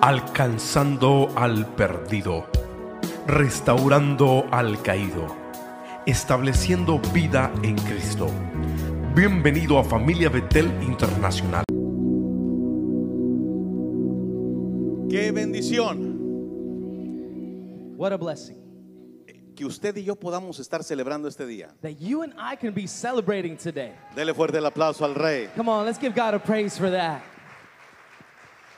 alcanzando al perdido, restaurando al caído, estableciendo vida en Cristo. Bienvenido a Familia Betel Internacional. Qué bendición What a blessing que usted y yo podamos estar celebrando este día. that you and I can be celebrating today. Dele fuerte el aplauso al rey. Come on, let's give God a praise for that.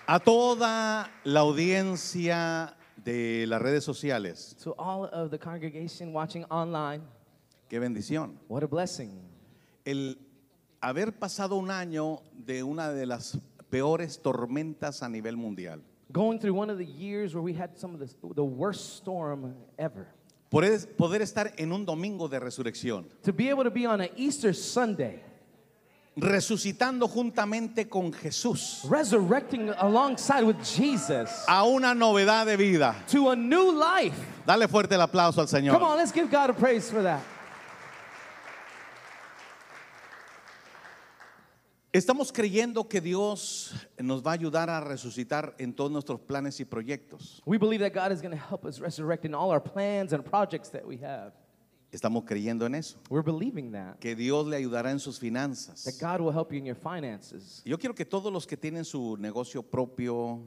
A toda la audiencia de las redes sociales. To all of the congregation watching online, Qué bendición. what a blessing. El haber pasado un año de una de las peores tormentas a nivel mundial. Going through one of the years where we had some of the, the worst storm ever. Poder, poder estar en un domingo de resurrección. To be able to be on an Easter Sunday, Resucitando juntamente con Jesús resurrecting alongside with Jesus a una novedad de vida. to a new life. Dale fuerte el aplauso al Señor. Come on, let's give God a praise for that. Estamos creyendo que Dios nos va a ayudar a resucitar en todos nuestros planes y proyectos. We believe that God is going to help us resurrect in all our plans and projects that we have. Estamos creyendo en eso, We're believing that. que Dios le ayudará en sus That finanzas. God will help you in your finances. Yo quiero que todos los que tienen su negocio propio,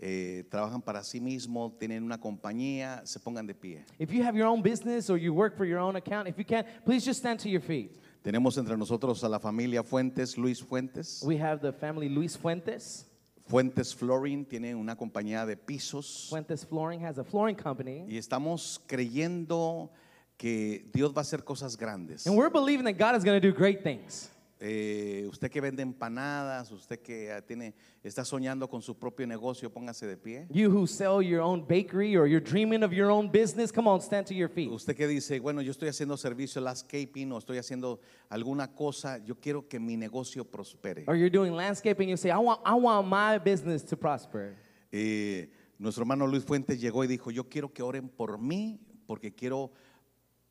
eh, trabajan para sí mismos, tienen una compañía, se pongan de pie. If you have your own business or you work for your own account, if you can, please just stand to your feet. Tenemos entre nosotros a la familia Fuentes, Luis Fuentes. We have the family Luis Fuentes. Fuentes Flooring tiene una compañía de pisos. Fuentes Flooring has a flooring company. Y estamos creyendo que Dios va a hacer cosas grandes. And we're believing that God is going to do great things. Eh, usted que vende empanadas, usted que ah, tiene, está soñando con su propio negocio, póngase de pie. You who sell your own bakery or you're dreaming of your own business, come on, stand to your feet. Usted que dice, bueno, yo estoy haciendo servicio landscaping o estoy haciendo alguna cosa, yo quiero que mi negocio prospere. Or you're doing landscaping, you say, I want, I want my business to prosper. Eh, nuestro hermano Luis Fuentes llegó y dijo, yo quiero que oren por mí porque quiero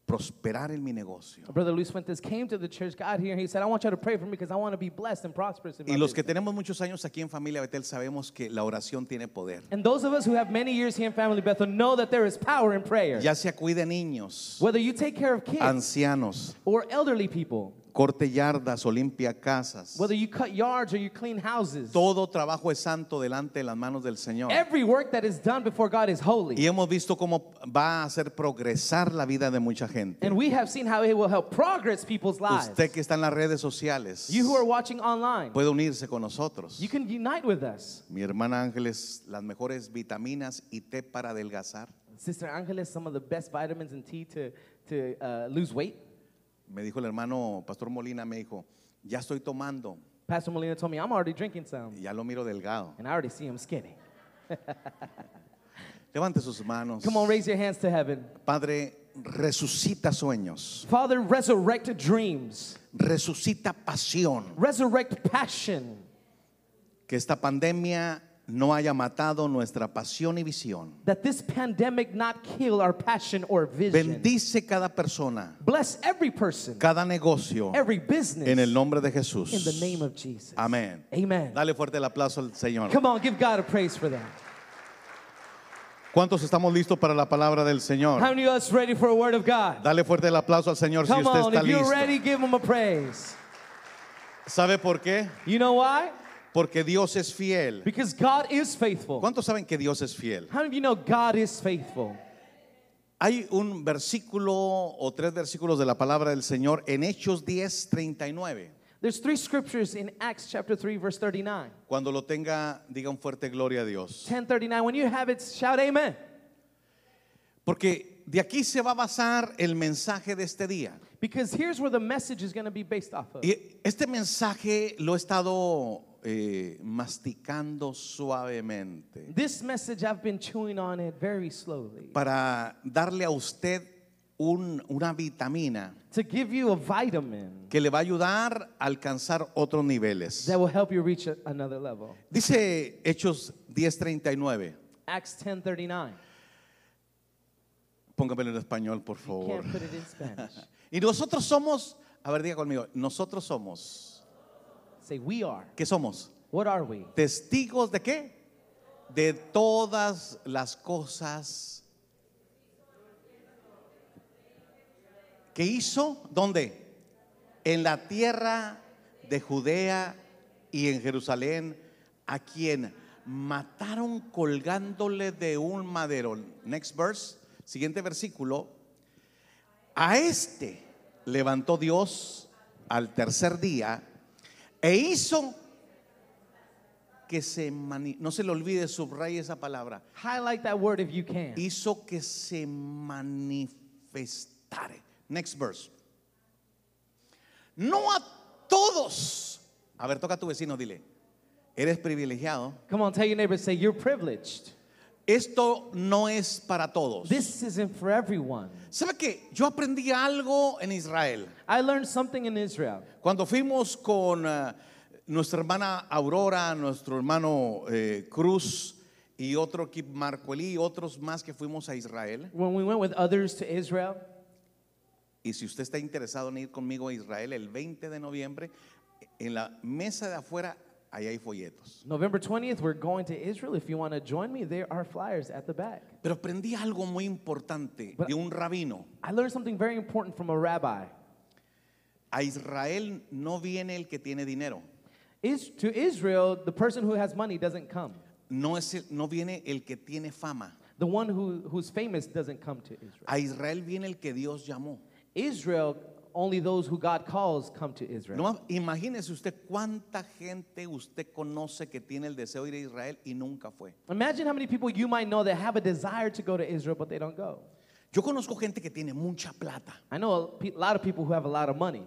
prosperar en mi negocio. Brother Luis Fuentes came to the church, got here, and he said, I want you to pray for me because I want to be blessed and prosperous. In my Y los que business." tenemos muchos años aquí en Familia Betel sabemos que la oración tiene poder. and those of us who have many years here in Family Bethel know that there is power in prayer. Ya sea cuide niños, Whether you take care of kids, ancianos, or elderly people, corte yardas o limpia casas. whether you cut yards or you clean houses. Todo trabajo es santo delante de las manos del Señor. Every work that is done before God is Y holy. hemos visto cómo va a hacer progresar la vida de mucha gente. And we have seen how it will help progress people's lives. Usted que está en las redes sociales You who are watching online, puede unirse con nosotros. you can unite with us. Mi hermana Ángeles, las mejores vitaminas y té para adelgazar. Sister Angeles, some of the best vitamins and tea to, to uh, lose weight. Me dijo el hermano Pastor Molina, me dijo, ya estoy tomando, Pastor Molina told me, I'm already drinking some, ya lo miro delgado. and I already see him skinny. Levante sus manos. Come on, raise your hands to heaven. Padre, resucita sueños, Father, resurrect dreams, resucita pasión. resurrect passion. Que esta pandemia no haya matado nuestra pasión y visión. That this pandemic not kill our passion or vision. Bendice cada persona, Bless every person, cada negocio every business en el nombre de in the name Jesús. of Jesus. Amén. Amen. Dale fuerte el aplauso al Señor. Come on, give God a praise for that. ¿Cuántos estamos listos para la palabra del How Señor? many of us ready for a word of God? Dale fuerte el aplauso al Señor si Come usted on, está if you're listo. ready, give him a praise. ¿Sabe por qué? You know why? Porque Dios es fiel. Because God is faithful. ¿Cuántos saben que Dios es fiel? How many of you know God is faithful? Hay un versículo o tres versículos de la palabra del Señor en Hechos 10, 39. There's three scriptures in Acts chapter 3, verse 39. Cuando lo tenga, diga un fuerte gloria a Dios. 1039. When you have it, shout amen. Porque de aquí se va a basar el mensaje de este día. Because here's where the message is going to be based off of. Y este mensaje lo he estado eh, masticando suavemente This message I've been chewing on it very slowly. para darle a usted un- una vitamina To give you a vitamin. que le va a ayudar a alcanzar otros niveles. that will help you reach a- another level. Dice Hechos 10:39. Acts 10:39. Póngamelo en español, por You favor. can't put it in Spanish. Y nosotros somos, a ver, diga conmigo, nosotros somos, Say we are. ¿qué somos? What are we? ¿Testigos de qué? de todas las cosas que hizo, ¿dónde? En la tierra de Judea y en Jerusalén, a quien mataron colgándole de un madero. Next verse, siguiente versículo. A este levantó Dios al tercer día e hizo que se mani- no se le olvide, subraye esa palabra, Highlight that word if you can. hizo que se manifestare. Next verse. No a todos. A ver, toca a tu vecino, dile. Eres privilegiado. Come on, tell your neighbor, say, You're privileged. Esto no es para todos. This isn't for everyone. ¿Sabe qué? Yo aprendí algo en Israel. I learned something in Israel. Cuando fuimos con eh, nuestra hermana Aurora, nuestro hermano eh, Cruz y otro equipo Marcoelí y otros más que fuimos a Israel. When we went with others to Israel, Y si usted está interesado en ir conmigo a Israel el 20 de noviembre, en la mesa de afuera, ahí hay folletos. November 20th, we're going to Israel. If you want to join me, there are flyers at the back. Pero aprendí algo muy importante But- de un rabino. I learned something very important from a rabbi. A Israel no viene el que tiene dinero. Is, to Israel, the person who has money doesn't come. No, es el- no viene el que tiene fama. The one who, who's famous doesn't come to Israel. A Israel viene el que Dios llamó. Israel, only those who God calls come to Israel. No, imagínese usted cuánta gente usted conoce que tiene el deseo de ir a Israel y nunca fue. Imagine how many people you might know that have a desire to go to Israel, but they don't go. Yo conozco gente que tiene mucha plata, I know a pe- lot of people who have a lot of money,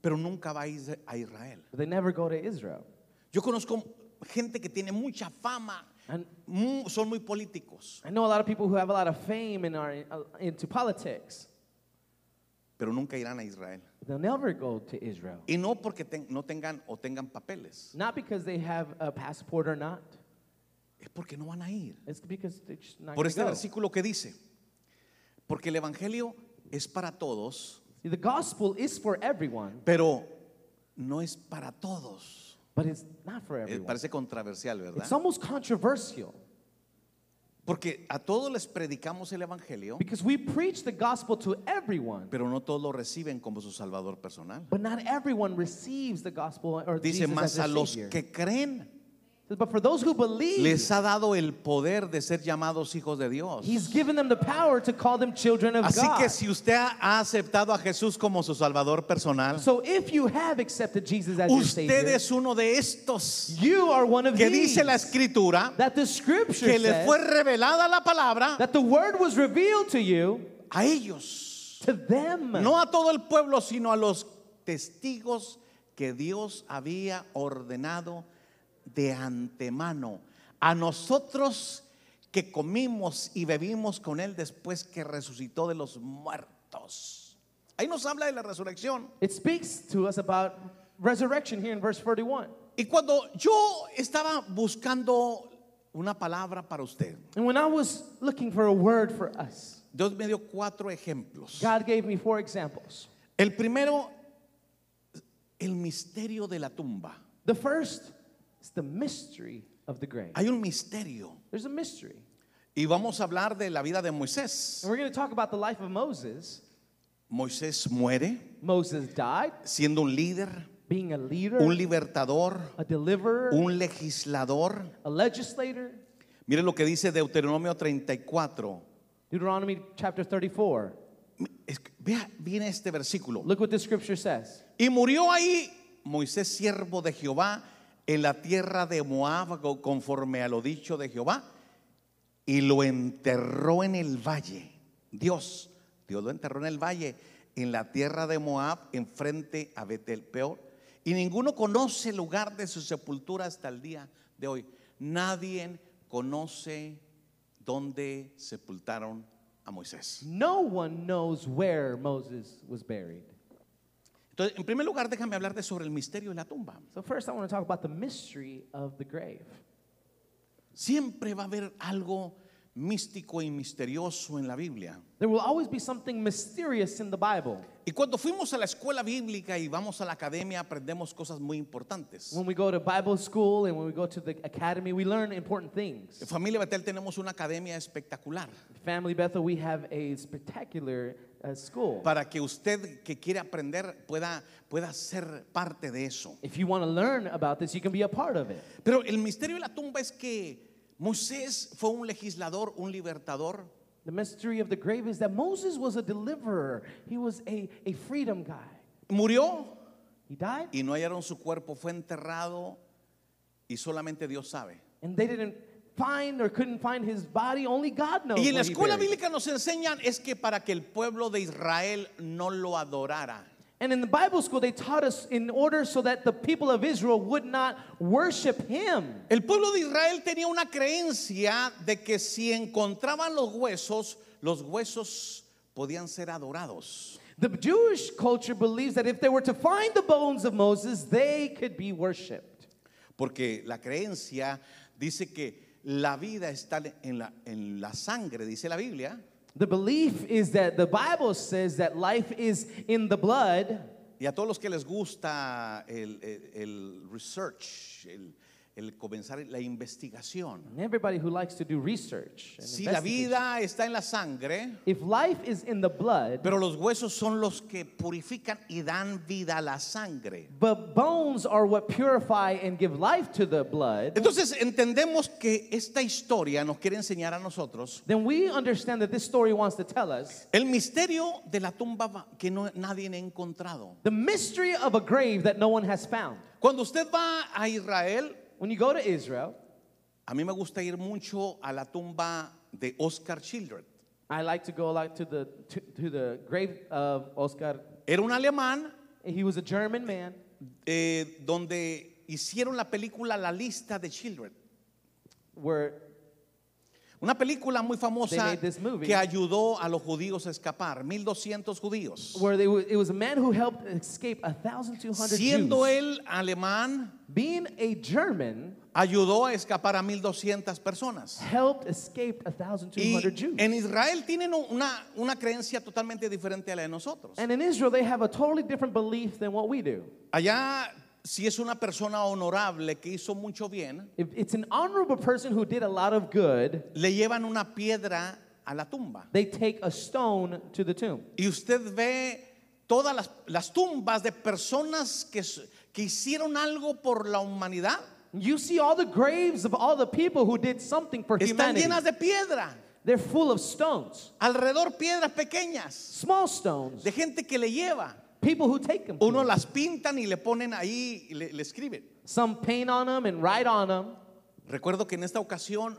pero nunca va a Is- a Israel. but they never go to Israel. Yo conozco gente que tiene mucha fama, And- mu- son muy políticos, I know a lot of people who have a lot of fame and are in- uh, into politics. pero nunca irán a Israel. They'll never go to Israel. Y no porque ten- no tengan o tengan papeles, Not because they have a passport or not. es porque no van a ir. It's because they're just not Por gonna este go. versículo que dice, porque el Evangelio es para todos, See, the gospel is for everyone, pero no es para todos. but it's not for Eh, everyone. Parece controversial, ¿verdad? It's almost controversial Porque a todos les predicamos el Evangelio, because we preach the gospel to everyone, pero no todos lo reciben como su Salvador personal. but not everyone receives the gospel or Dice, Jesus más as a their los savior. que creen, But for those who believe, les ha dado el poder de ser llamados hijos de Dios. He's given them the power to call them children of Así God. que si usted ha aceptado a Jesús como su Salvador personal, so if you have accepted Jesus as your usted Savior, es uno de estos you are one of que these. dice la Escritura that the Scripture que le says fue revelada la palabra that the Word was revealed to you, a ellos, to them, no a todo el pueblo, sino a los testigos que Dios había ordenado de antemano, a nosotros que comimos y bebimos con él después que resucitó de los muertos. Ahí nos habla de la resurrección. It speaks to us about resurrection here in verse 41. Y cuando yo estaba buscando una palabra para usted, And when I was looking for a word for us, Dios me dio cuatro ejemplos. God gave me four examples. El primero, el misterio de la tumba. The first is the mystery of the grave. Hay un misterio. There's a mystery. Y vamos a hablar de la vida de Moisés. And we're going to talk about the life of Moses. Moisés muere Moses died siendo un líder, being a leader, un libertador, a deliverer, un legislador. a legislator. Mire lo que dice Deuteronomio 34. Deuteronomy chapter 34. Es que- Vea bien este versículo. Look what the scripture says. Y murió ahí Moisés, siervo de Jehová, en la tierra de Moab, co- conforme a lo dicho de Jehová, y lo enterró en el valle. Dios, Dios lo enterró en el valle, en la tierra de Moab, enfrente a Betel Peor. Y ninguno conoce el lugar de su sepultura hasta el día de hoy. Nadie conoce dónde sepultaron a Moisés. No one knows where Moses was buried. Entonces, en primer lugar, déjame hablarte sobre el misterio de la tumba. So, first, I want to talk about the mystery of the grave. Siempre va a haber algo místico y misterioso en la Biblia. There will always be something mysterious in the Bible. Y cuando fuimos a la escuela bíblica y vamos a la academia, aprendemos cosas muy importantes. When we go to Bible school and when we go to the academy, we learn important things. En Familia Betel tenemos una academia espectacular Family Bethel, we have a spectacular uh, school. para que usted que quiere aprender pueda, pueda ser parte de eso. If you want to learn about this, you can be a part of it. Pero el misterio de la tumba es que Moisés fue un legislador, un libertador, The mystery of the grave is that Moses was a deliverer. He was a, a freedom guy. murió He died, y no hallaron su cuerpo, fue enterrado y solamente Dios sabe. and they didn't find or couldn't find his body. Only God knows. Y en la where he escuela buried. bíblica nos enseñan es que para que el pueblo de Israel no lo adorara, And in the Bible school, they taught us in order so that the people of Israel would not worship him. El pueblo de Israel tenía una creencia de que si encontraban los huesos, los huesos podían ser adorados. The Jewish culture believes that if they were to find the bones of Moses, they could be worshiped. Porque la creencia dice que la vida está en la, en la sangre, dice la Biblia. The belief is that the Bible says that life is in the blood. Y a todos los que les gusta el, el- el research, el, el comenzar la investigación. And everybody who likes to do research. and Si la investigation- vida está en la sangre, If life is in the blood, pero los huesos son los que purifican y dan vida a la sangre. but bones are what purify and give life to the blood, Entonces entendemos que esta historia nos quiere enseñar a nosotros then we understand that this story wants to tell us el misterio de la tumba va- que no- nadie ha encontrado. the mystery of a grave that no one has found. Cuando usted va a Israel, When you go to Israel, a mí me gusta ir mucho a la tumba de Oscar Children. I like to go like to the to, to the grave of Oscar. Era un alemán He was a German man, eh, donde hicieron la película La lista de Children. where Una película muy famosa They made this movie. que ayudó a los judíos a escapar, 1200 judíos. where they, wa- it was a man who helped escape 1,200 Siendo Jews. él alemán, Being a German ayudó a escapar a 1200 personas. helped escape Y 1,200 Jews. en Israel tienen una, una creencia totalmente diferente a la de nosotros. And in Israel, they have a totally different belief than what we do. Allá, si es una persona honorable que hizo mucho bien, If it's an honorable person who did a lot of good, le llevan una piedra a la tumba. they take a stone to the tomb. Y usted ve todas las, las tumbas de personas que, s- que hicieron algo por la humanidad. You see all the graves of all the people who did something for Están humanity. llenas de piedra, They're full of stones, alrededor piedras pequeñas, small stones. de gente que le lleva. People who take them. to Uno them. las pintan y le ponen ahí, y le- le escriben. Some paint on them and write on them. Recuerdo que en esta ocasión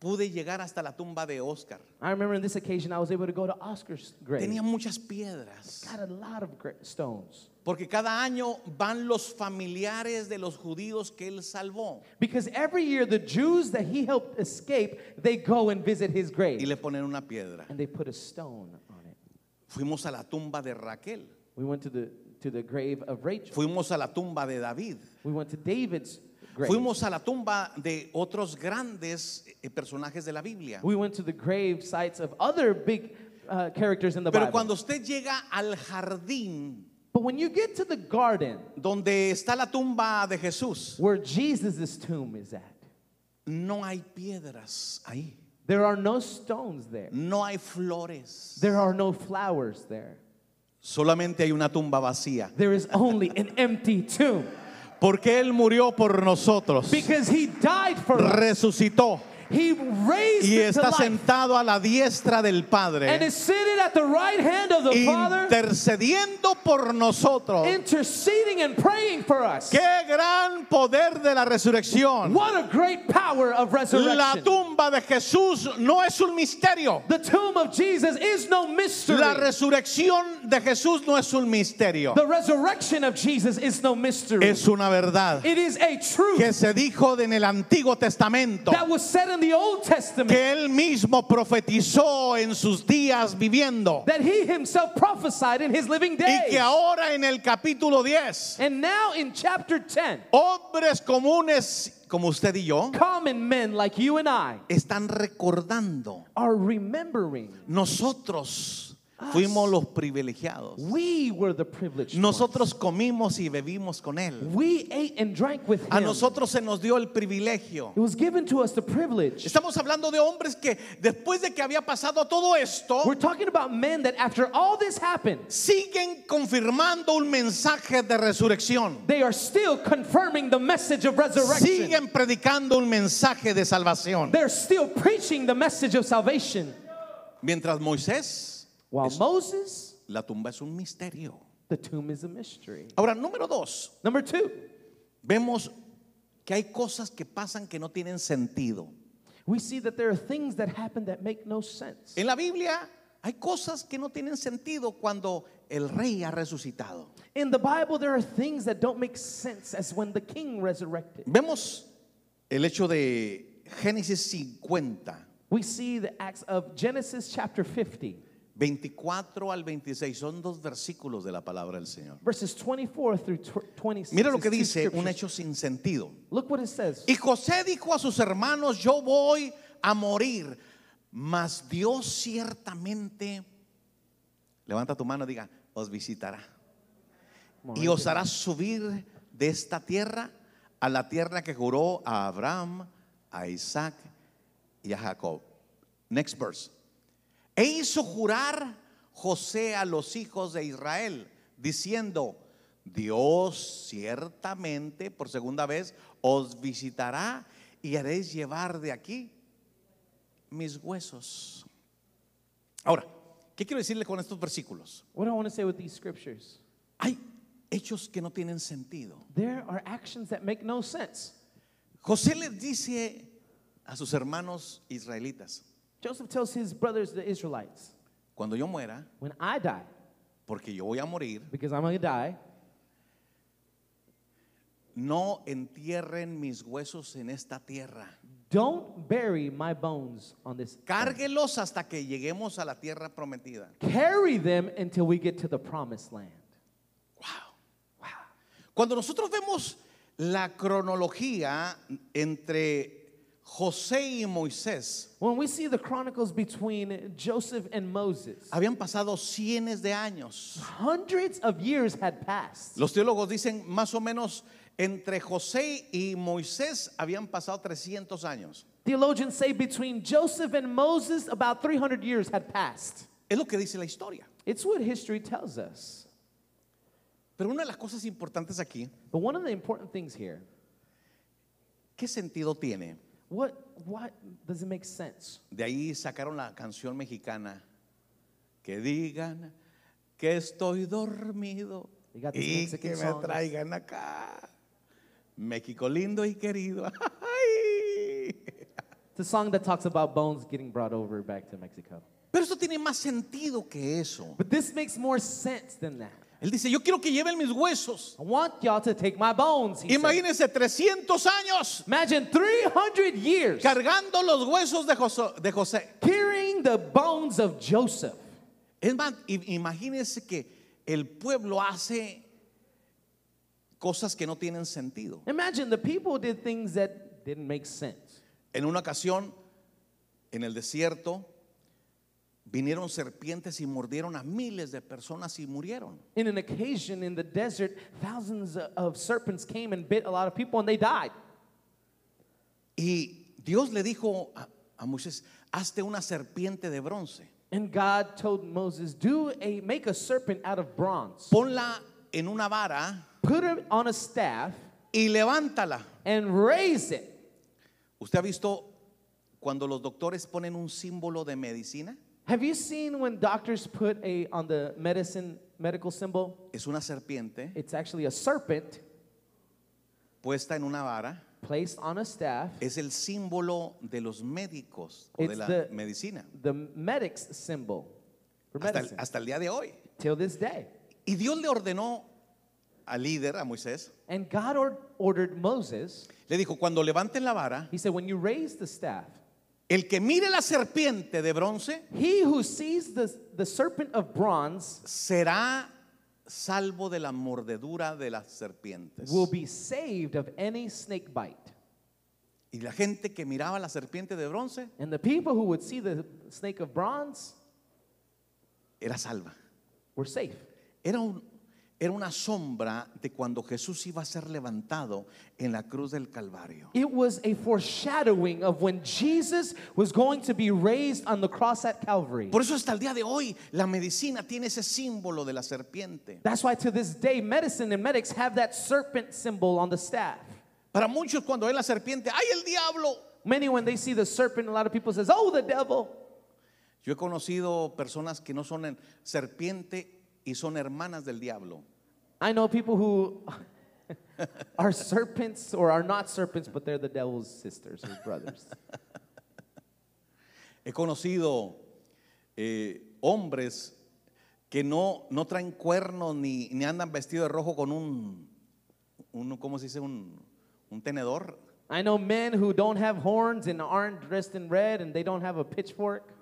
pude llegar hasta la tumba de Oscar. I remember on this occasion I was able to go to Oscar's grave. Tenía muchas piedras. Got a lot of gra- stones Porque cada año van los familiares de los judíos que él salvó because every year the Jews that he helped escape they go and visit his y grave le ponen una piedra. and they put a stone on it. Fuimos a la tumba de Raquel, We went to the to the grave of Rachel. fuimos a la tumba de David, We went to David's grave. fuimos a la tumba de otros grandes eh, personajes de la Biblia. We went to the grave sites of other big uh, characters in the Pero Bible. cuando usted llega al jardín but when you get to the garden donde está la tumba de Jesús, where Jesus' tomb is at, no hay piedras ahí, there are no stones there. no hay flores, There are no flowers there. solamente hay una tumba vacía. There is only an empty tomb Porque Él murió por nosotros, because he died for us. resucitó. He raised y it to está life sentado a la diestra del and Padre, is seated at the right hand of the Father, intercediendo por nosotros. interceding and praying for us. Qué gran poder de la resurrección. What a great power of La resurrection! tumba de Jesús no es un misterio. The tomb of Jesus is no mystery. La resurrección de Jesús no es un misterio. The resurrection of Jesus is no mystery. Es una verdad It is a truth que se dijo de- en el Antiguo Testamento. that was said in in the Old Testament que él mismo profetizó en sus días viviendo that he himself prophesied in his living y que days. ahora en el capítulo 10 And now in chapter 10, hombres comunes como usted y yo common men like you and I están recordando are remembering nosotros fuimos los privilegiados we were the privileged. ones. nosotros comimos y bebimos con él We ate and drank with him. a nosotros se nos dio el privilegio It was given to us the privilege. estamos hablando de hombres que después de que había pasado todo esto We're talking about men that after all this happened, siguen confirmando un mensaje de resurrección. they are still confirming the message of resurrection. Siguen predicando un mensaje de salvación. They're still preaching the message of salvation. Mientras Moisés, While Moses, la tumba es un misterio. the tomb is a mystery. Ahora, número dos, Number two, vemos que hay cosas que pasan que no tienen sentido. we see that there are things that happen that make no sense. En la Biblia hay cosas que no tienen sentido cuando el rey ha resucitado. In the Bible, there are things that don't make sense as when the king resurrected. Vemos el hecho de Génesis 50, We see the acts of Genesis chapter 50, 24 al 26, son dos versículos de la palabra del Señor. verses 24 through tw- 26. Mira lo que It's two dice, un scriptures. hecho sin sentido. Look what it says. Y José dijo a sus hermanos, yo voy a morir, mas Dios ciertamente, levanta tu mano y diga, os visitará. Y os hará subir de esta tierra a la tierra que juró a Abraham, a Isaac y a Jacob. Next verse. E hizo jurar José a los hijos de Israel, diciendo, Dios ciertamente por segunda vez os visitará y haréis llevar de aquí mis huesos. Ahora, ¿qué quiero decirle con estos versículos? What do I want to say with these scriptures? Hay hechos que no tienen sentido. There are actions that make no sense. José les dice a sus hermanos israelitas, Joseph tells his brothers, the Israelites, cuando yo muera, when I die, porque yo voy a morir, because I'm going to die, no entierren mis huesos en esta tierra. don't bury my bones on this. earth. Cárguelos hasta que lleguemos a la tierra prometida. Carry them until we get to the promised land. Cuando nosotros vemos la cronología entre José y Moisés, When we see the chronicles between Joseph and Moses, habían pasado cientos de años. hundreds of years had passed. Los teólogos dicen más o menos entre José y Moisés habían pasado 300 años. Theologians say between Joseph and Moses, about 300 years had passed. Es lo que dice la historia. It's what history tells us. Pero una de las cosas importantes aquí, But one of the important things here, ¿qué sentido tiene? what, what does it make sense? De ahí sacaron la canción mexicana. Que digan que estoy dormido You got this y Mexican que me song. traigan acá. México lindo y querido. Ay. It's a song that talks about bones getting brought over back to Mexico. Pero esto tiene más sentido que eso. But this makes more sense than that. Él dice, yo quiero que lleven mis huesos. I want y'all to take my bones. He said. Imagínense 300 años Imagine 300 years cargando los huesos de Joso- de José. carrying the bones of Joseph. Es más, i- imagínense que el pueblo hace cosas que no tienen sentido. Imagine the people did things that didn't make sense. En una ocasión, en el desierto, vinieron serpientes y mordieron a miles de personas y murieron. In an occasion in the desert, thousands of serpents came and bit a lot of people and they died. Y Dios le dijo a, a Moisés, hazte una serpiente de bronce, And God told Moses, "Do a make a serpent out of bronze. ponla en una vara Put it on a staff y levántala. and raise it." ¿Usted ha visto cuando los doctores ponen un símbolo de medicina? Have you seen when doctors put a on the medicine medical symbol? Es una serpiente It's actually a serpent puesta en una vara. placed on a staff. Es el símbolo de los médicos o de It's la the- medicina The medic's symbol for hasta medicine el- hasta el día de hoy. till this day. Y Dios le ordenó al líder, a Moisés, And God or- ordered Moses. le dijo, cuando levantes la vara, He said, "When you raise the staff, El que mire la serpiente de bronce He who sees the, the serpent of bronze será salvo de la mordedura de las serpientes. will be saved of any snake bite. Y la gente que miraba la serpiente de bronce And the people who would see the snake of bronze era salva. were safe. Era, un- era una sombra de cuando Jesús iba a ser levantado en la cruz del Calvario. It was a foreshadowing of when Jesus was going to be raised on the cross at Calvary. Por eso hasta el día de hoy la medicina tiene ese símbolo de la serpiente. That's why to this day, medicine and medics have that serpent symbol on the staff. Para muchos cuando ven la serpiente, ¡ay el diablo! Many, when they see the serpent, a lot of people says, "Oh, the devil." Yo he conocido personas que no son en- serpiente y son hermanas del diablo. I know people who are serpents or are not serpents, but they're the devil's sisters or brothers. He conocido eh, hombres que no, no traen cuernos ni, ni andan vestidos de rojo con un, un ¿cómo se dice? Un, un tenedor. I know men who don't have horns and aren't dressed in red, and they don't have a pitchfork,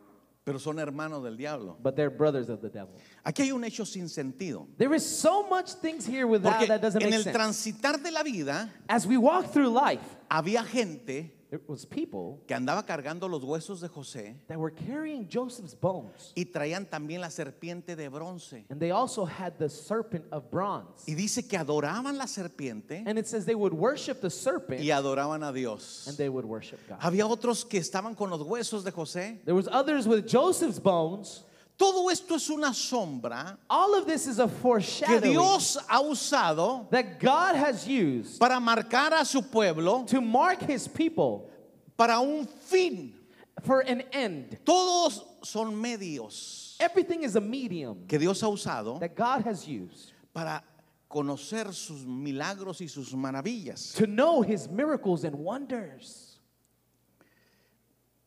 pero son hermanos del diablo. but they're brothers of the devil. Aquí hay un hecho sin sentido. There is so much things here with Porque that that doesn't en make el sense. transitar de la vida As we walk through life, había gente there was people que andaba cargando los huesos de José that were carrying Joseph's bones, y traían también la serpiente de bronce. and they also had the serpent of bronze. Y dice que adoraban la serpiente And it says they would worship the serpent y adoraban a and Dios. they would worship God. Había otros que estaban con los huesos de José. There was others with Joseph's bones. Todo esto es una sombra All of this is a que foreshadowing Dios ha usado that God has used para marcar a su pueblo to mark his people para un fin. for an end. Todos son medios. Everything is a medium que Dios ha usado that God has used para conocer sus milagros y sus maravillas. to know his miracles and wonders.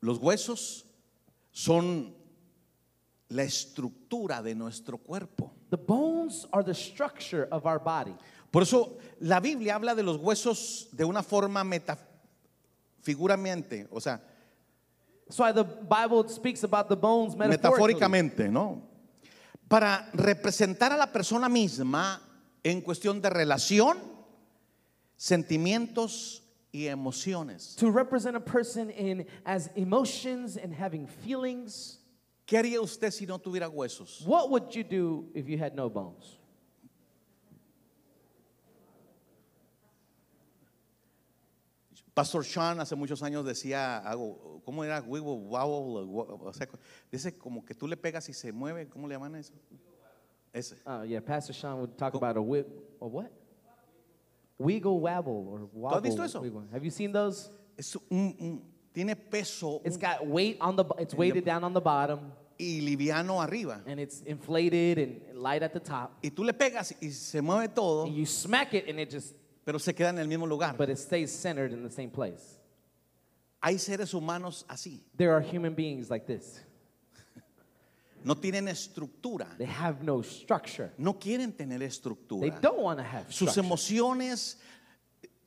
Los huesos son la estructura de nuestro cuerpo. The bones are the structure of our body. Por eso la Biblia habla de los huesos de una forma metafiguramente, o sea, That's why the Bible speaks about the bones metaphorically. metafóricamente, ¿no? Para representar a la persona misma en cuestión de relación, sentimientos y emociones. To represent a person in as emotions and having feelings. ¿Qué haría usted si no tuviera huesos? What would you do if you had no bones? Pastor Sean hace muchos años decía algo, ¿cómo era? Wibble, wobble, wo- o sea, dice como que tú le pegas y se mueve, ¿cómo le llaman eso? Ese. Oh, yeah, Pastor Sean would talk about a whip, a what? Wiggle wabble or wobble. visto eso? Mm. wiggle. Have you seen those? Es un- un- tiene peso It's got weight on the, bo- it's weighted down on the bottom y liviano arriba. and it's inflated and light at the top. Y tú le pegas y se mueve todo, And you smack it and it just, pero se queda en el mismo lugar. but it stays centered in the same place. Hay seres humanos así, There are human beings like this. no tienen estructura, They have no structure. no quieren tener They estructura. don't want to have Sus structure. emociones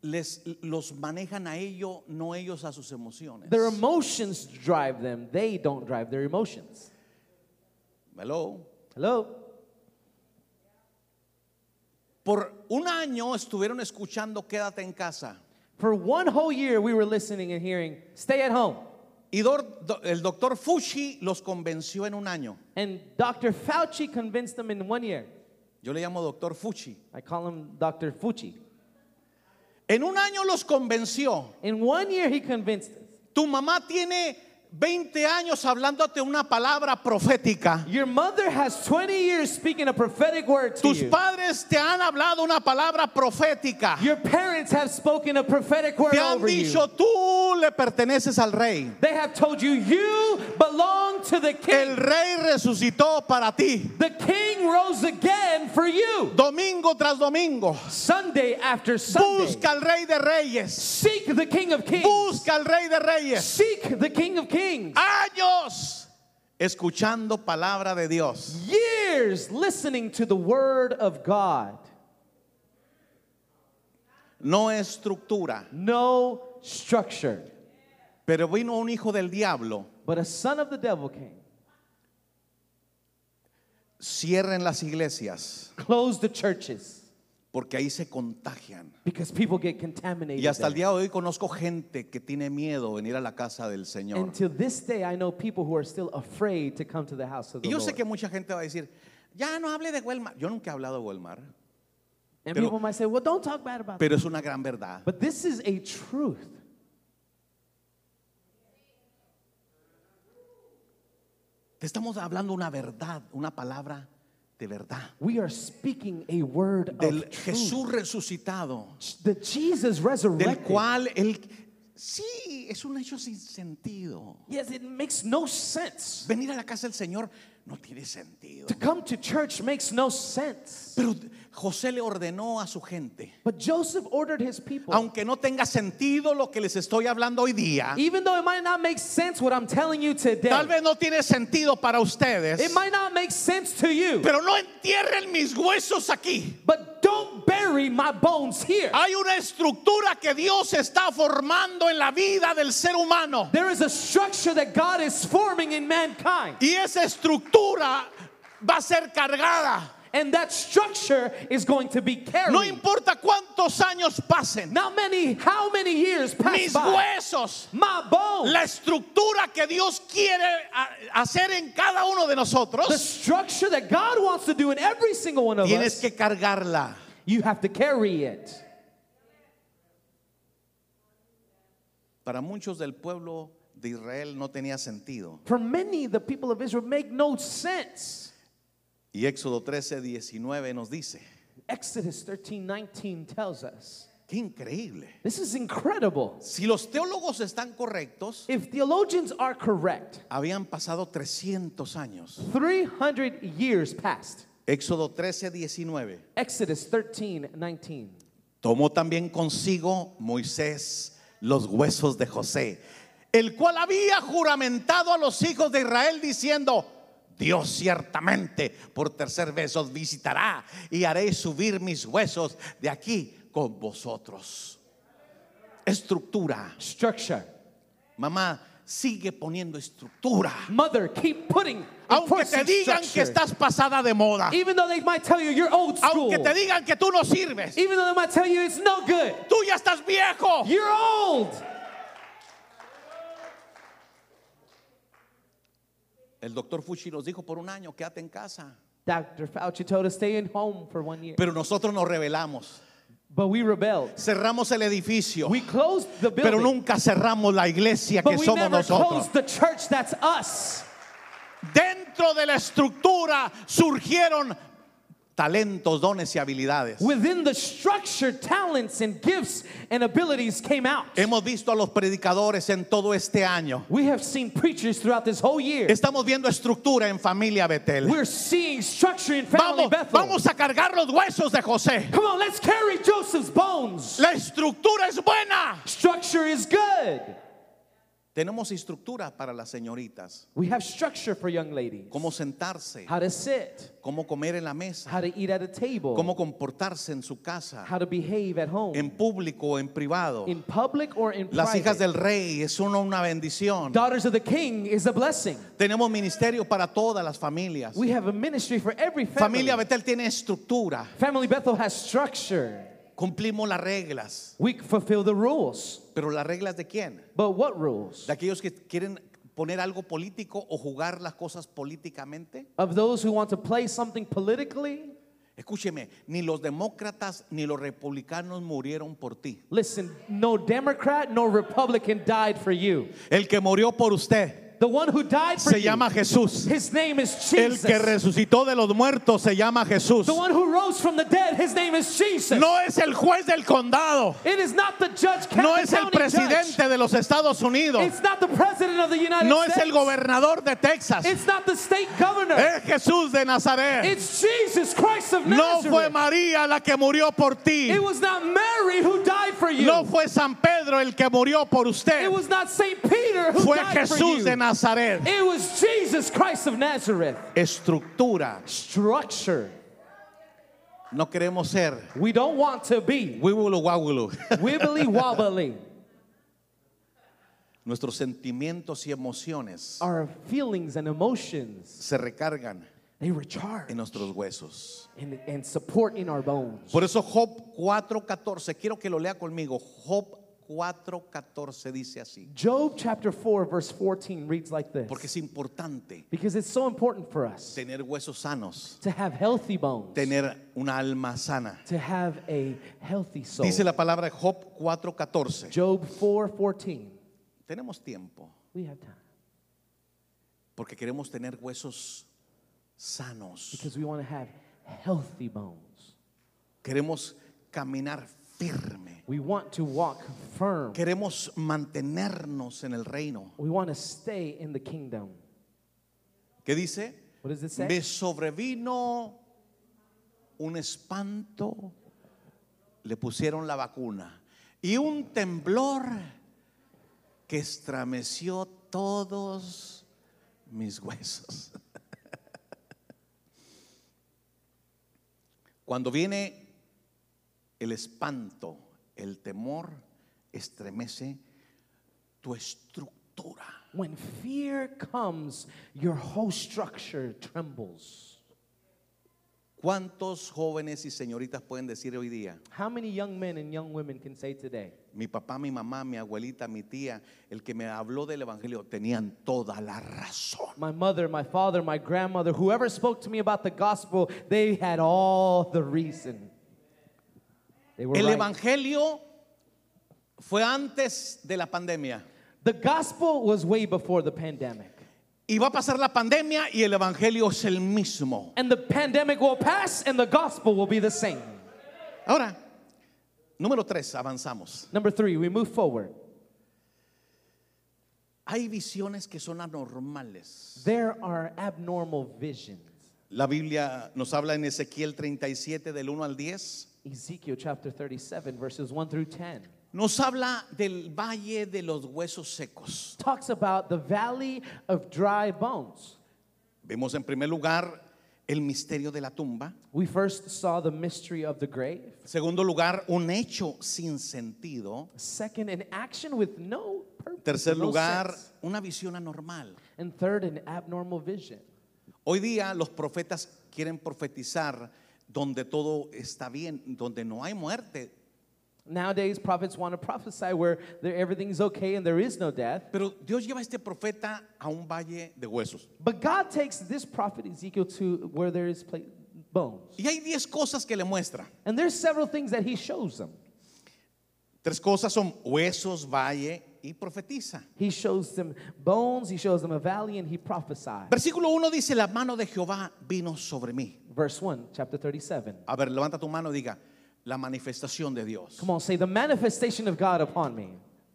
les, los manejan a ellos, no ellos a sus emociones. Their emotions drive them. They don't drive their emotions. Hello. Hello? Por un año estuvieron escuchando Quédate en casa. For one whole year, we were listening and hearing, stay at home. Y dor- do- el doctor Fushi los convenció en un año. And Dr. Fauci convinced them in one year. Yo le llamo doctor Fushi. I call him Dr. Fucci. En un año los convenció. In one year, he convinced us. Tu mamá tiene 20 años hablándote una palabra profética. Your mother has 20 years speaking a prophetic word to Tus you. padres te han hablado una palabra profética. Your parents have spoken a prophetic word Te han over dicho, you. tú le perteneces al rey. They have told you, you belong to the El king. rey resucitó para ti. The king rose again for you. Domingo tras domingo. Sunday after Sunday. Busca al rey de reyes. Seek the king of kings. Busca al rey de reyes. Seek the king of kings. años escuchando palabra de Dios. Years listening to the word of God. No estructura. No structure. Pero vino un hijo del diablo. But a son of the devil came, Cierren las iglesias closed the churches porque ahí se contagian. because people get contaminated. Y hasta el there. día de hoy conozco gente que tiene miedo en ir a la casa del Señor. And to this day, I know people who are still afraid to come to the house of the Y yo Lord. sé que mucha gente va a decir, ya no hable de Guelmar. Yo nunca he hablado de Guelmar, and pero- people might say, well, don't talk bad about that. pero es una gran verdad. But this is a truth. Te estamos hablando una verdad, una palabra de verdad. We are speaking a word Del of truth. Jesús resucitado, The Jesus del resurrected. cual él... Sí, es un hecho sin sentido. Yes, it makes no sense. Venir a la casa del Señor no tiene sentido. To come to church makes no sense. Pero José le ordenó a su gente, But Joseph ordered his people. aunque no tenga sentido lo que les estoy hablando hoy día, Even though it might not make sense what I'm telling you today, tal vez no tiene sentido para ustedes, it might not make sense to you, pero no entierren mis huesos aquí. but don't bury my bones here. Hay una estructura que Dios está formando en la vida del ser humano There is a structure that God is forming in mankind, y esa estructura va a ser cargada. and that structure is going to be carried. No importa cuántos años pasen, Not many, how many years pass mis by? huesos, My bones, la estructura que Dios quiere a- hacer en cada uno de the nosotros, structure that God wants to do in every single one of tienes us, que cargarla. you have to carry it. Para muchos del pueblo de Israel no tenía sentido. For many, the people of Israel make no sense. Y Éxodo 13, 19 nos dice, Exodus 13 19 tells us qué increíble. this is incredible. Si los teólogos están correctos, If theologians are correct, habían pasado 300 años. 300 years passed. Éxodo 13, 19. Exodus 13 19. Tomó también consigo Moisés los huesos de José, el cual había juramentado a los hijos de Israel diciendo, Dios ciertamente por tercer vez os visitará y haré subir mis huesos de aquí con vosotros. Estructura. Structure. Mamá, sigue poniendo estructura. Mother, keep putting Aunque enforcing te digan que structure. estás pasada de moda, Even though they might tell you you're old school. aunque te digan que tú no sirves, Even though they might tell you it's no good. tú ya estás viejo. You're old. El doctor Fushi nos dijo por un año, quédate en casa. Dr. Fauci told us stay in home for one year. Pero nosotros nos rebelamos. But we rebelled. Cerramos el edificio, We closed the building. pero nunca cerramos la iglesia que But we somos never nosotros. closed the church that's us. Dentro de la estructura surgieron talentos, dones y habilidades. Within the structure, talents and gifts and abilities came out. Hemos visto a los predicadores en todo este año. We have seen preachers throughout this whole year. Estamos viendo estructura en familia Betel. We're seeing structure in family Vamos, Bethel. vamos a cargar los huesos de José. Come on, let's carry Joseph's bones. La estructura es buena. Structure is good. Tenemos estructura para las señoritas. We have structure for young ladies. Cómo sentarse, How to sit, cómo comer en la mesa, how to eat at a table, cómo comportarse en su casa. how to behave at home, en público o en privado. in public or in Las private. hijas del rey es una, una bendición. Daughters of the King is a blessing. Tenemos ministerio para todas las familias. We have a ministry for every family. Familia Betel tiene estructura. Family Bethel has structure. Cumplimos las reglas. We fulfill the rules. Pero las reglas de quién? But what rules? De aquellos que quieren poner algo político o jugar las cosas políticamente. Of those who want to play something politically? Escúcheme, ni los demócratas ni los republicanos murieron por ti. Listen, no Democrat, no Republican died for you. El que murió por usted The one who died for se you, llama Jesús. his name is El Jesus. que resucitó de los muertos se llama Jesús. the one who rose from the dead, his name is Jesus. No es el juez del condado. It is not the judge, Captain No es el County judge. presidente de los Estados Unidos. It's not the president of the United No es States. el gobernador de Texas. It's not the state governor. Es Jesús de Nazaret. It's Jesus Christ of No Nazareth. fue María la que murió por ti. It was not Mary who died for you. No fue San Pedro el que murió por usted. It was not Saint Peter who Fue died for Jesús you. de Nazaret. It was Jesus Christ of Nazareth. Estructura. Structure. No queremos ser We don't want to be wibbulu guagulu. wibbly wobbly. nuestros sentimientos y emociones Our feelings and emotions, se recargan they recharge en nuestros huesos. and, and support in our bones. Por eso Job 4:14, quiero que lo lea conmigo. Job 4:14 dice así, Job chapter 4, verse 14 reads like this porque es importante because it's so important for us tener huesos sanos, to have healthy bones, tener una alma sana. to have a healthy soul. Dice la palabra Job 4:14. Job 4, 14. Tenemos tiempo We have time porque queremos tener huesos sanos. because we want to have healthy bones. Queremos caminar firme. We want to walk firm. Queremos mantenernos en el reino. We want to stay in the kingdom. ¿Qué dice? What does it say? Me sobrevino un espanto, le pusieron la vacuna y un temblor que estremeció todos mis huesos. Cuando viene el espanto, el temor estremece tu estructura. When fear comes, your whole structure trembles. ¿Cuántos jóvenes y señoritas pueden decir hoy día? How many young men and young women can say today, Mi papá, mi mamá, mi abuelita, mi tía, el que me habló del Evangelio, tenían toda la razón. my mother, my father, my grandmother, whoever spoke to me about the gospel, they had all the reason. They were El right. Evangelio fue antes de la pandemia. The gospel was way before the pandemic. Y va a pasar la pandemia y el Evangelio es el mismo. And the pandemic will pass and the gospel will be the same. Ahora, número tres, avanzamos. Number three, we move forward. Hay visiones que son anormales. There are abnormal visions. La Biblia nos habla en Ezequiel 37 del 1 al 10. Ezekiel chapter 37, verses 1 through 10, Nos habla del valle de los huesos secos. talks about the valley of dry bones. Vemos en primer lugar el misterio de la tumba. We first saw the mystery of the grave. Segundo lugar, un hecho sin sentido. Second, an action with no purpose. Tercer no lugar, sense. una visión anormal. And third, an abnormal vision. Hoy día los profetas quieren profetizar donde todo está bien, donde no hay muerte. Nowadays, prophets want to prophesy where there, everything's okay and there is no death. Pero Dios lleva a este profeta a un valle de huesos. But God takes this prophet Ezekiel to where there is pla- bones. Y hay 10 cosas que le muestra. And there's several things that he shows them. Tres cosas son huesos, valle y profetiza. He shows them bones, he shows them a valley, and he prophesies. Versículo 1 dice, la mano de Jehová vino sobre mí. Verse 1, chapter 37. A ver, levanta tu mano y diga, la manifestación de Dios. Come on, say, the manifestation of God upon me.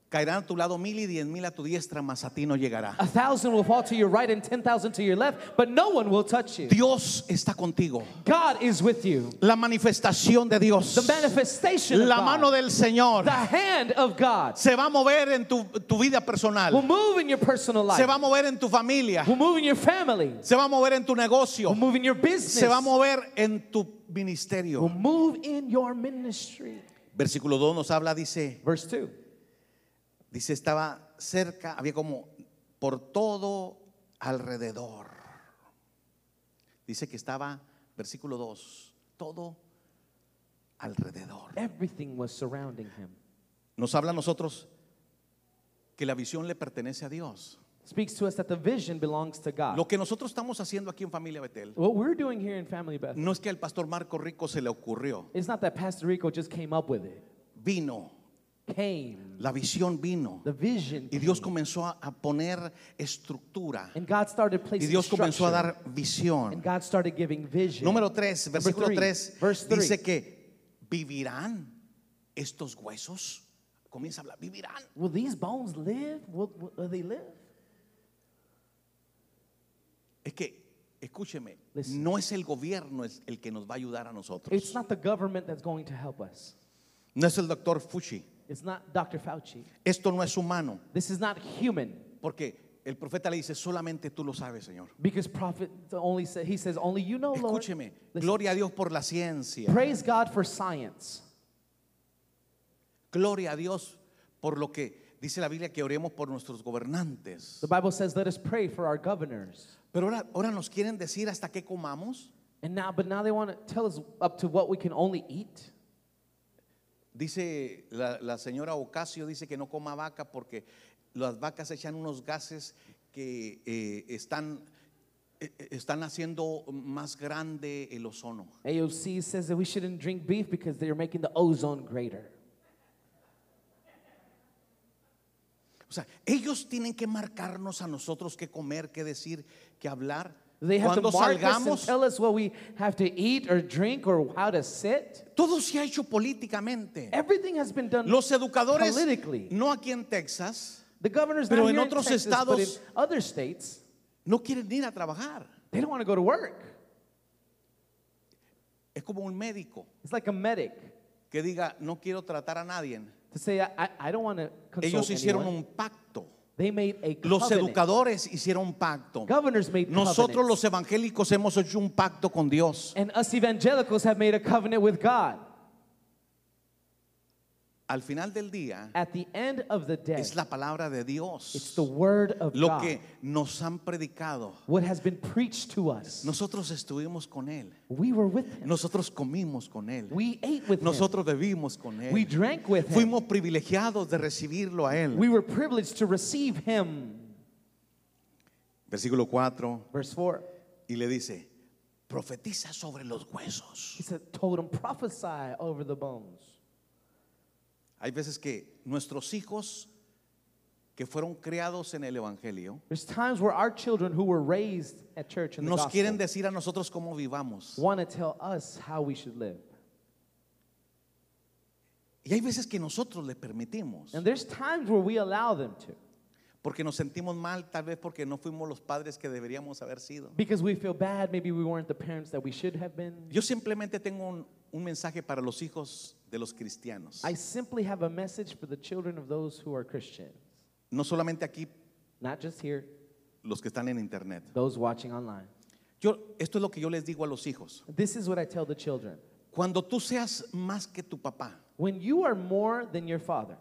Caerán a tu lado mil y diez mil a tu diestra, mas a ti no llegará. A thousand will fall to your right and ten thousand to your left, but no one will touch you. Dios está contigo. God is with you. La manifestación de The Dios. manifestation of La God, mano del Señor the hand of God se va a mover en tu, tu vida will personal. move in your personal life, Se va a mover en tu familia. will move in your family, Se va a mover en tu negocio. will move in your business, Se va a mover en tu will ministerio. move in your ministry. Versículo 2 nos habla, dice, Verse 2. dice, estaba cerca, había como por todo alrededor. Dice que estaba, versículo 2, todo alrededor. Everything was surrounding him. Nos habla a nosotros que la visión le pertenece a Dios. Speaks to us that the vision belongs to God. Lo que nosotros estamos haciendo aquí en Familia Betel what we're doing here in Family Beth, no es que al pastor Marco Rico se le ocurrió. it's not that Pastor Rico just came up with it. Vino, Came. la visión vino. The vision. Y Dios came. comenzó a- a poner estructura. And God started Y placing Dios comenzó a structure. dar visión. And God started giving vision. Número 3, Number versículo three, 3, verse three. dice que vivirán estos huesos. Comienza a hablar, vivirán. Will these bones live? Will, will they live? Es que, escúcheme, Listen. no es el gobierno es el que nos va a ayudar a nosotros. It's not the government that's going to help us. No es el doctor Fuchi. It's not Dr. Fauci. Esto no es humano. This is not human Porque el profeta le dice, solamente tú lo sabes, Señor. because prophet only said he says only you know Oh, Lord. Pues Escúcheme, Listen. gloria a Dios por la ciencia. Praise God for science. Gloria a Dios por lo que Dice la Biblia que oremos por nuestros gobernantes. The Bible says, let us pray for our governors. Pero ahora, ahora nos quieren decir hasta qué comamos. And now, but now they want to tell us up to what we can only eat. Dice la, la señora Ocasio, dice que no coma vaca porque las vacas echan unos gases que eh, están, eh, eh, están haciendo más grande el ozono. AOC says that we shouldn't drink beef because they're making the ozone greater. O sea, ellos tienen que marcarnos a nosotros qué comer, qué decir, qué hablar. They have Cuando to mark us and salgamos, tell us what we have to eat or drink or how to sit. todo se ha hecho políticamente. Everything has been done. Los educadores, politically. no aquí en Texas, the governors Pero not en here in otros Texas, but in estados- other states, no quieren ir a trabajar. they don't want to go to work. Es como un médico It's like a medic que diga, no quiero tratar a nadie. to say, I, I- I don't want to consult Ellos hicieron anyone. un pacto. They made a Los covenant. educadores hicieron un pacto. Governors made Nosotros covenants. los evangélicos hemos hecho un pacto con Dios. And us evangelicals have made a covenant with God. Al final del día At the end of the day, es la palabra de it's Dios. the word of Lo God. que nos han predicado. what has been preached to us. Nosotros estuvimos con Él. we were with him. Nosotros comimos con Él. we ate with Nosotros bebimos con him. We Él. drank with him. Fuimos privilegiados de recibirlo a Él. we were privileged to receive him. Versículo 4. Verse 4. Y le dice, profetiza sobre los huesos. He said, told him, prophesy over the bones. Hay veces que nuestros hijos que fueron criados en el Evangelio There's times where our children who were raised at church in the nos gospel quieren decir a nosotros cómo vivamos. want to tell us how we should live. Y hay veces que nosotros le permitimos, And there's times where we allow them to porque nos sentimos mal, tal vez porque no fuimos los padres que deberíamos haber sido. because we feel bad. Maybe we weren't the parents that we should have been. Yo simplemente tengo un, un mensaje para los hijos de los cristianos. I simply have a message for the children of those who are Christians, No solamente aquí not just here, los que están en internet. those watching online. Yo, esto es lo que yo les digo a los hijos. This is what I tell the children. Cuando tú seas más que tu papá, When you are more than your father,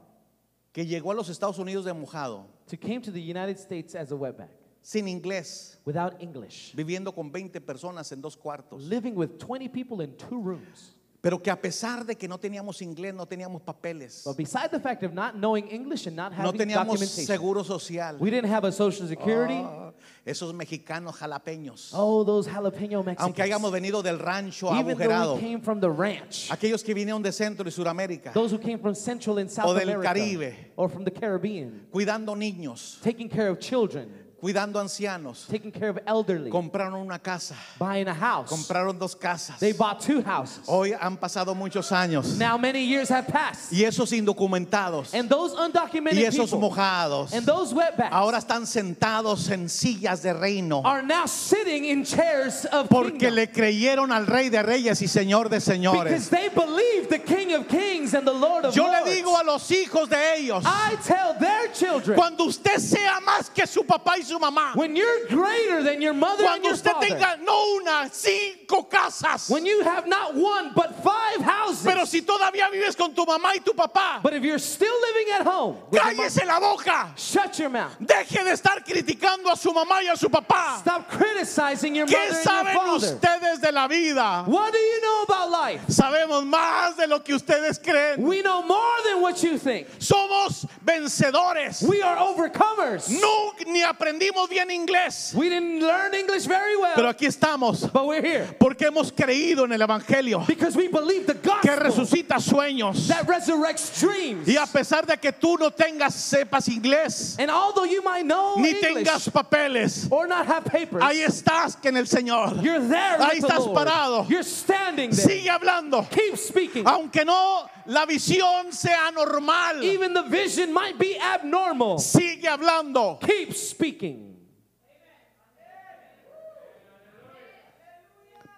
que llegó a los Estados Unidos de mojado, to came to the United States as a wetback sin inglés, without English, viviendo con 20 personas en dos cuartos, living with 20 people in two rooms. pero que a pesar de que no teníamos inglés, no teníamos papeles, But beside the fact of not knowing English and not no having teníamos documentation, seguro social. we didn't have a social security. Ah, esos mexicanos jalapeños, oh, those jalapeno Mexicans. aunque hayamos venido del rancho Even though agujerado, we came from the ranch, aquellos que vinieron de Centro y Suramérica, those who came from Central and South del America, Caribe. or from the Caribbean, cuidando niños, taking care of children, cuidando ancianos, taking care of elderly, compraron una casa, buying a house. compraron dos casas. They bought two houses. Hoy han pasado muchos años Now many years have passed. Oh. y esos indocumentados And those undocumented y esos people mojados and those wetbacks ahora están sentados en sillas de reino are now sitting in chairs of porque kingdom le creyeron al Rey de Reyes y Señor de because Señores. they believe the King of Kings and the Lord Ah, of Yo Lords. le digo a los hijos de ellos, I tell their children cuando usted sea más que su papá y su mamá, when you're greater than your mother and cuando your usted father, tenga no una, cinco casas, when you have not one but five houses, pero si todavía vives con tu mamá y tu papá, but if you're still living at home, with your mom, cállese la boca. shut your mouth. Deje de estar criticando a su mamá y a su papá. Stop criticizing your ¿Qué mother and your saben father. ustedes de la vida? What do you know about life? Sabemos más de lo que ustedes creen. We know more than what you think. Somos vencedores. We are overcomers. No, ni aprendimos bien inglés. We didn't learn English very well, Pero aquí estamos but we're here porque hemos creído en el Evangelio because we believe the que gospel resucita sueños. that resurrects dreams. Y a pesar de que tú no tengas, sepas inglés, And although you might know ni English tengas papeles, or not have papers, ahí estás que en el Señor. you're there Ahí with the estás Lord. parado. You're standing there. Sigue hablando. Keep speaking. Aunque no la visión sea normal, Even the vision might be abnormal. sigue hablando. Keep speaking.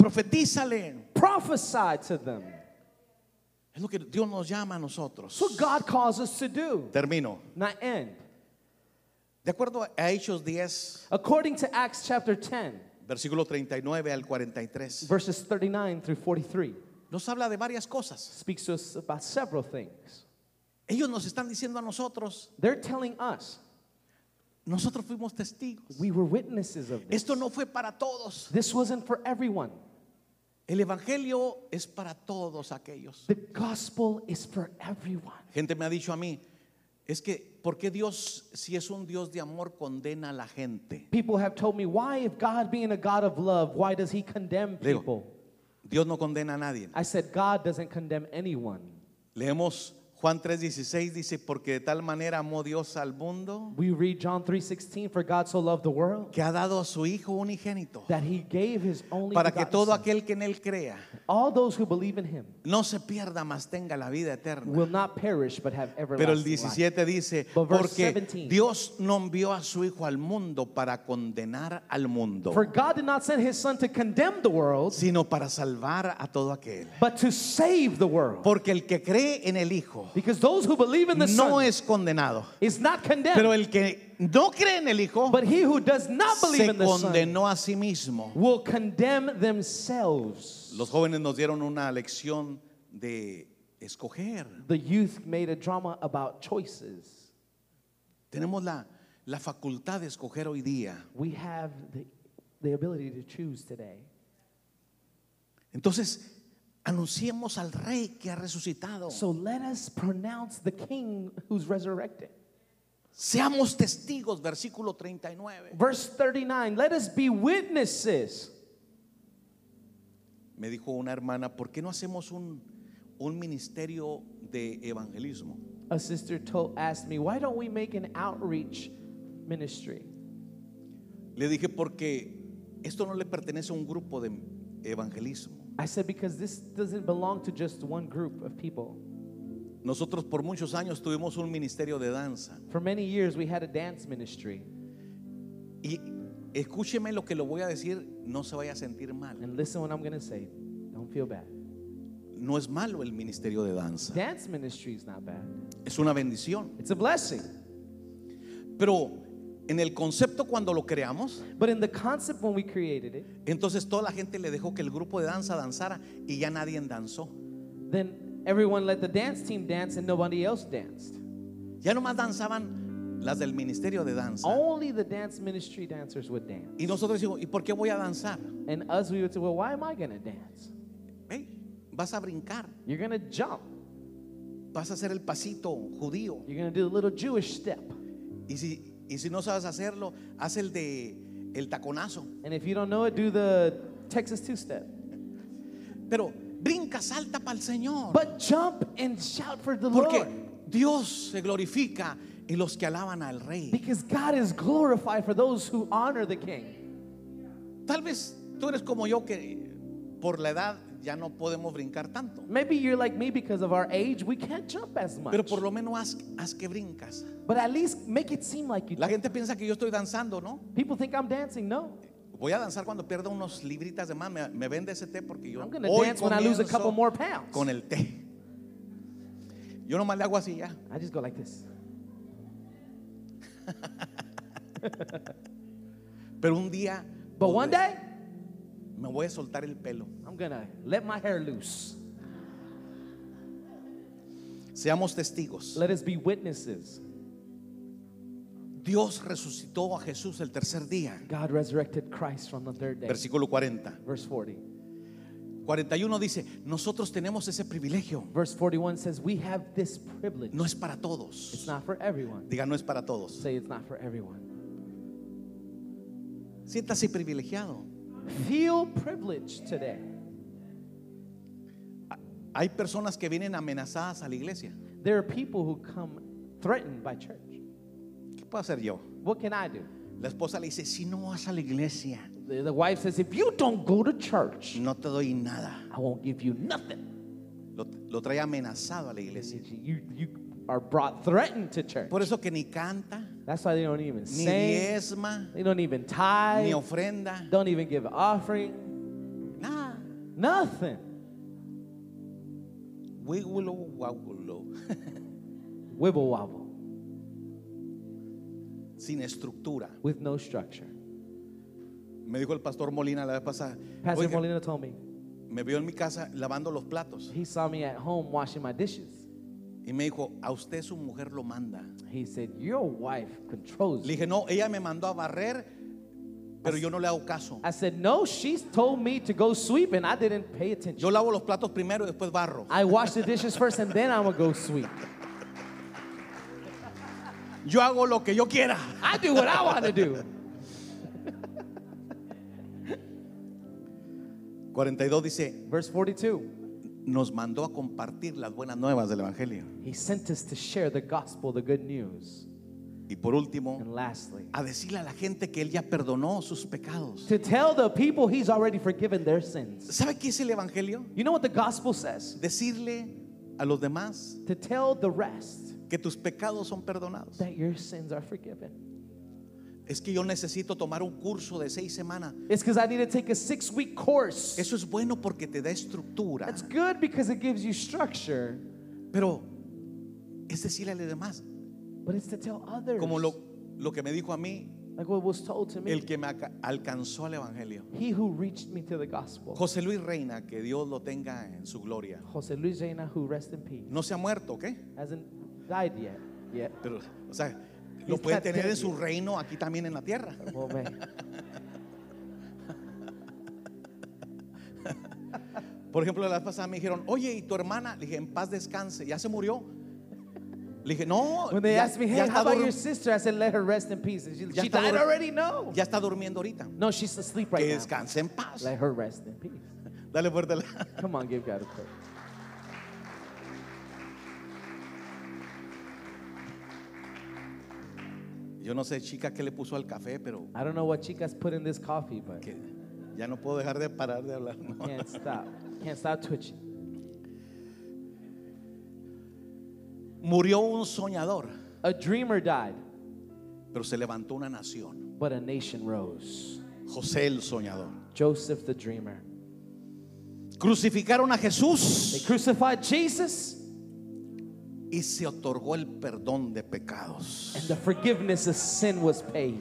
Profetízale. Prophesy to them. Es lo que Dios nos llama a nosotros. That's what God calls us to do. Termino. Not end. De acuerdo a Hechos 10, According to Acts chapter 10, versículo 39 al 43, verses 39 through 43, nos habla de varias cosas. speaks to us about several things. Ellos nos están diciendo a nosotros, They're telling us nosotros fuimos testigos. we were witnesses of this. Esto no fue para todos. This wasn't for everyone. El Evangelio es para todos aquellos. The gospel is for everyone. Gente me ha dicho a mí, es que, ¿por qué Dios, si es un Dios de amor, condena a la gente? People have told me, why, if God being a God of love, why does He condemn Le digo, people? Dios no condena a nadie. I said, God doesn't condemn anyone. Leemos Juan 3:16, dice, porque de tal manera amó Dios al mundo We read John 3:16, for God so loved the world que ha dado a su Hijo unigénito that He gave His only para que begotten todo Son. aquel que en Él crea all those who believe in Him no se pierda, mas tenga la vida eterna. will not perish but have everlasting Pero el life. 17 dice, But verse porque 17. Dios no envió a su Hijo al mundo para condenar al mundo, For God did not send His Son to condemn the world, sino para salvar a todo aquel. but to save the world. Porque el que cree en el Hijo Because those who believe in the no Son es condenado. is not condemned, Pero el que no cree en el Hijo but he who does not believe se in the Son condenó a sí mismo. will condemn themselves. Los jóvenes nos dieron una lección de escoger. The youth made a drama about choices. Tenemos la, la facultad de escoger hoy día. We have the, the ability to choose today. Entonces, anunciemos al rey que ha resucitado. So let us pronounce the King who's resurrected. Seamos testigos, versículo 39. Verse 39 Let us be witnesses. Me dijo una hermana, ¿por qué no hacemos un, un ministerio de evangelismo? A sister told, asked me, Why don't we make an outreach ministry? Le dije, porque esto no le pertenece a un grupo de evangelismo. I said, Because this doesn't belong to just one group of people. Nosotros por muchos años tuvimos un ministerio de danza. For many years, we had a dance ministry. Y escúcheme lo que lo voy a decir, no se vaya a sentir mal. And listen what I'm going to say. Don't feel bad. No es malo el ministerio de danza, Dance ministry is not bad, es una bendición. it's a blessing. Pero en el concepto cuando lo creamos, But in the concept when we created it, entonces toda la gente le dejó que el grupo de danza danzara y ya nadie danzó. then everyone let the dance team dance and nobody else danced. Ya nomás danzaban las del ministerio de danza. Only the dance ministry dancers would dance. Y nosotros decimos, ¿y por qué voy a danzar? And us, we would say, Well, why am I going to dance? Hey, vas a brincar, You're going to jump, vas a hacer el pasito judío. you're going to do the little Jewish step. Y si, y si no sabes hacerlo, haz el de el taconazo. And if you don't know it, do the Texas two step. Pero brinca, salta para el Señor. But jump and shout for the Porque Lord. Dios se glorifica en los que alaban al rey. Because God is glorified for those who honor the King. Tal vez tú eres como yo que por la edad ya no podemos brincar tanto. Maybe you're like me because of our age, we can't jump as much. Pero por lo menos haz, haz que brincas. But at least make it seem like you La do. gente piensa que yo estoy danzando, ¿no? People think I'm dancing. No. Voy a danzar cuando pierda unos libritas de más. Me, me vende ese té porque yo I'm gonna hoy dance when I lose a comienzo couple more pounds. con el té. Yo nomás le hago así ya. I just go like this. Pero un día But one day, me voy a soltar el pelo. I'm going to let my hair loose. Seamos testigos. Let us be witnesses. Dios resucitó a Jesús el tercer día. God resurrected Christ from the third day. Versículo 40. Verse 40. 41 dice, nosotros tenemos ese privilegio. Verse 41 says, We have this privilege. No es para It's todos. not for everyone. Diga, no es para todos. Say it's not for everyone. Siéntase privilegiado. Feel privileged today. Hay personas que vienen amenazadas a la iglesia. There are people who come threatened by church. ¿Qué puedo hacer yo? What can I do? La esposa le dice, si no vas a la iglesia, The, the wife says, If you don't go to church, no te doy nada. I won't give you nothing. Lo, lo trae amenazado a la iglesia. You, you are brought threatened to church. Por eso que ni canta, That's why they don't even ni sing. diezma, They don't even ni tithe. ofrenda, Don't even give an offering. nada. Nothing. Wiggulo, waggulo. Wibble wobble Sin estructura. with no structure. Me dijo el pastor Molina la vez pasada. Pastor "Oiga, Molina told me me vio en mi casa lavando los platos. he saw me at home washing my dishes. Y me dijo, a usted su mujer lo manda. He said, Your wife controls Le you. dije, no, ella me mandó a barrer, pero yo no le hago caso. I said, No, she's told me to go sweep and I didn't pay attention. Yo lavo los platos primero y después barro. I wash the dishes first and then I'm going to go sweep. Yo hago lo que yo quiera. I do what I want to do. 42 dice, Verse 42 nos mandó a compartir las buenas nuevas del Evangelio. He sent us to share the gospel, the good news. Y por último, And lastly, a decirle a la gente que Él ya perdonó sus pecados. to tell the people he's already forgiven their sins. ¿Sabe qué es el Evangelio? You know what the gospel says? Decirle a los demás To tell the rest que tus pecados son perdonados. that your sins are forgiven. Es que yo necesito tomar un curso de seis semanas. It's because I need to take a six week course. Eso es bueno porque te da estructura. That's good because it gives you structure, Pero es decirle a los demás, but it's to tell others. como lo, lo que me dijo a mí, like what was told to me. el que me aca- alcanzó al Evangelio. he who reached me to the gospel. José Luis Reina, que Dios lo tenga en su gloria. Jose Luis Reina, who rest in peace, No se ha muerto, ¿qué? hasn't died yet. Yet. Pero, o sea, lo puede tener en su reino aquí también en la tierra. Well, man. Por ejemplo, la vez pasada me dijeron, oye, ¿y tu hermana? Le dije, en paz descanse, ¿ya se murió? Le dije, no, When they ya, asked me, ya hey, está how about dur- your sister? I said, let her rest in peace. And she, Ya she está died dur- already? No. ya está durmiendo ahorita. No, she's asleep right Que now. descanse en paz. Let her rest in peace. Dale fuerte la- Come on, give God a praise. Yo no sé, chica, qué le puso al café, pero I don't know what chicas put in this coffee, but que ya no puedo dejar de parar de hablar. ¿no? can't stop. Can't stop twitching. Murió un soñador, A dreamer died, pero se levantó una nación. but a nation rose. José el soñador. Joseph the dreamer. Crucificaron a They Jesús crucified Jesus, y se otorgó el perdón de pecados. and the forgiveness of sin was paid.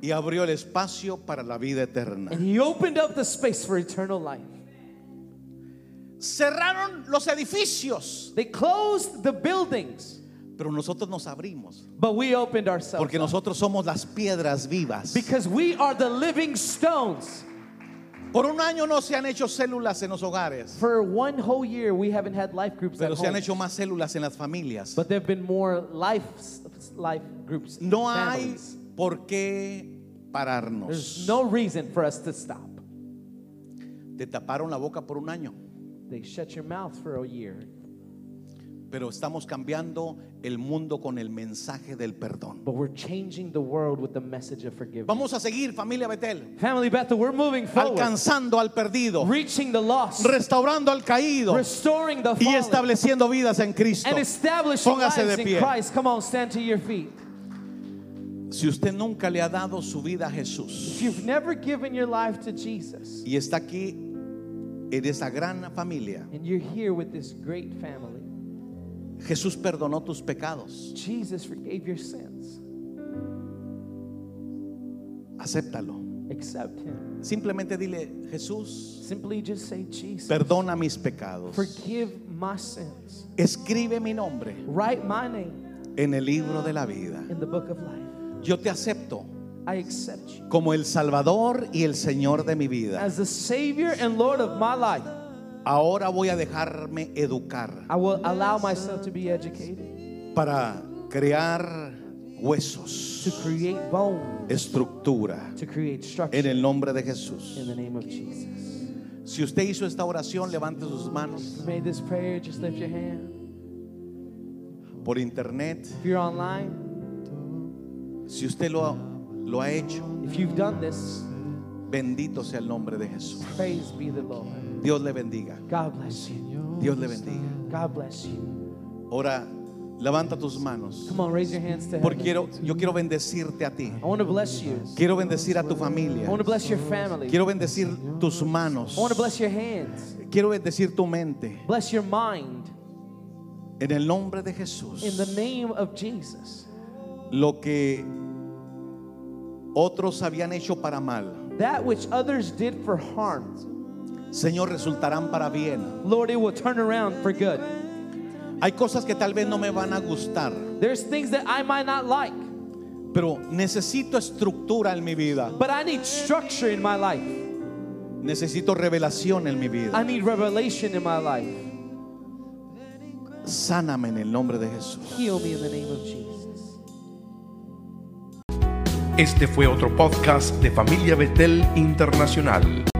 Y abrió el espacio para la vida eterna. And he opened up the space for eternal life. Cerraron los edificios, They closed the buildings, pero nosotros nos abrimos. but we opened ourselves. Porque nosotros somos las piedras vivas. Because we are the living stones. Por un año no se han hecho células en los hogares, For one whole year, we haven't had life groups at pero se han home. hecho más células en las familias. But there have been more life, life groups. No hay families. por qué There's pararnos. no reason for us to stop. Te taparon la boca por un año, They shut your mouth for a year. pero estamos cambiando el mundo con el mensaje del perdón. But we're changing the world with the message of forgiveness. Vamos a seguir, familia Betel, Family Bethel, we're moving forward. alcanzando al perdido, reaching the lost. restaurando al caído restoring the y fallen. estableciendo vidas en Cristo. and establishing Póngase lives de in pie. Christ. Come on, stand to your feet. Si usted nunca le ha dado su vida a If Jesús you've never given your life to Jesus, y está aquí en esa gran familia, and you're here with this great family, Jesús perdonó tus pecados. Jesus forgave your sins. Acéptalo. Accept Him. Simplemente dile, Jesús, Simply just say, Jesus, perdona mis pecados. forgive my sins. Escribe mi nombre Write my name en el libro de la vida. in the book of life. Yo te acepto I accept you como el Salvador y el Señor de mi vida. as the Savior and Lord of my life. Ahora voy a dejarme educar I will allow myself to be educated, para crear huesos, to create bones, estructura, to create en structure el nombre de Jesús. in the name of Jesus. Si usted hizo esta oración, levante sus manos You made this prayer, just lift your hand. por internet. If you're online, Si usted lo, lo ha hecho, if you've done this, bendito sea el nombre de Jesús. praise be the Lord. Dios le bendiga. God bless you. Dios le bendiga. God bless you. Ahora levanta tus manos. Come on, raise your hands to Porque heaven. quiero, yo quiero bendecirte a ti. I want to bless you. Quiero bendecir a tu I familia. want to bless your family. Quiero bendecir tus manos. I want to bless your hands. Quiero bendecir tu mente. Bless your mind. En el nombre de In the Jesús. name of Jesus. Lo que otros habían hecho para mal, That which others did for harm, Señor, resultarán para bien. Lord, it will turn around for good. Hay cosas que tal vez no me van a gustar, There's things that I might not like, pero necesito estructura en mi vida. but I need structure in my life. Necesito revelación en mi I vida. need revelation in my life. Sáname en el nombre de Jesús. Heal me in the name of Jesus. Este fue otro podcast de Familia Betel Internacional.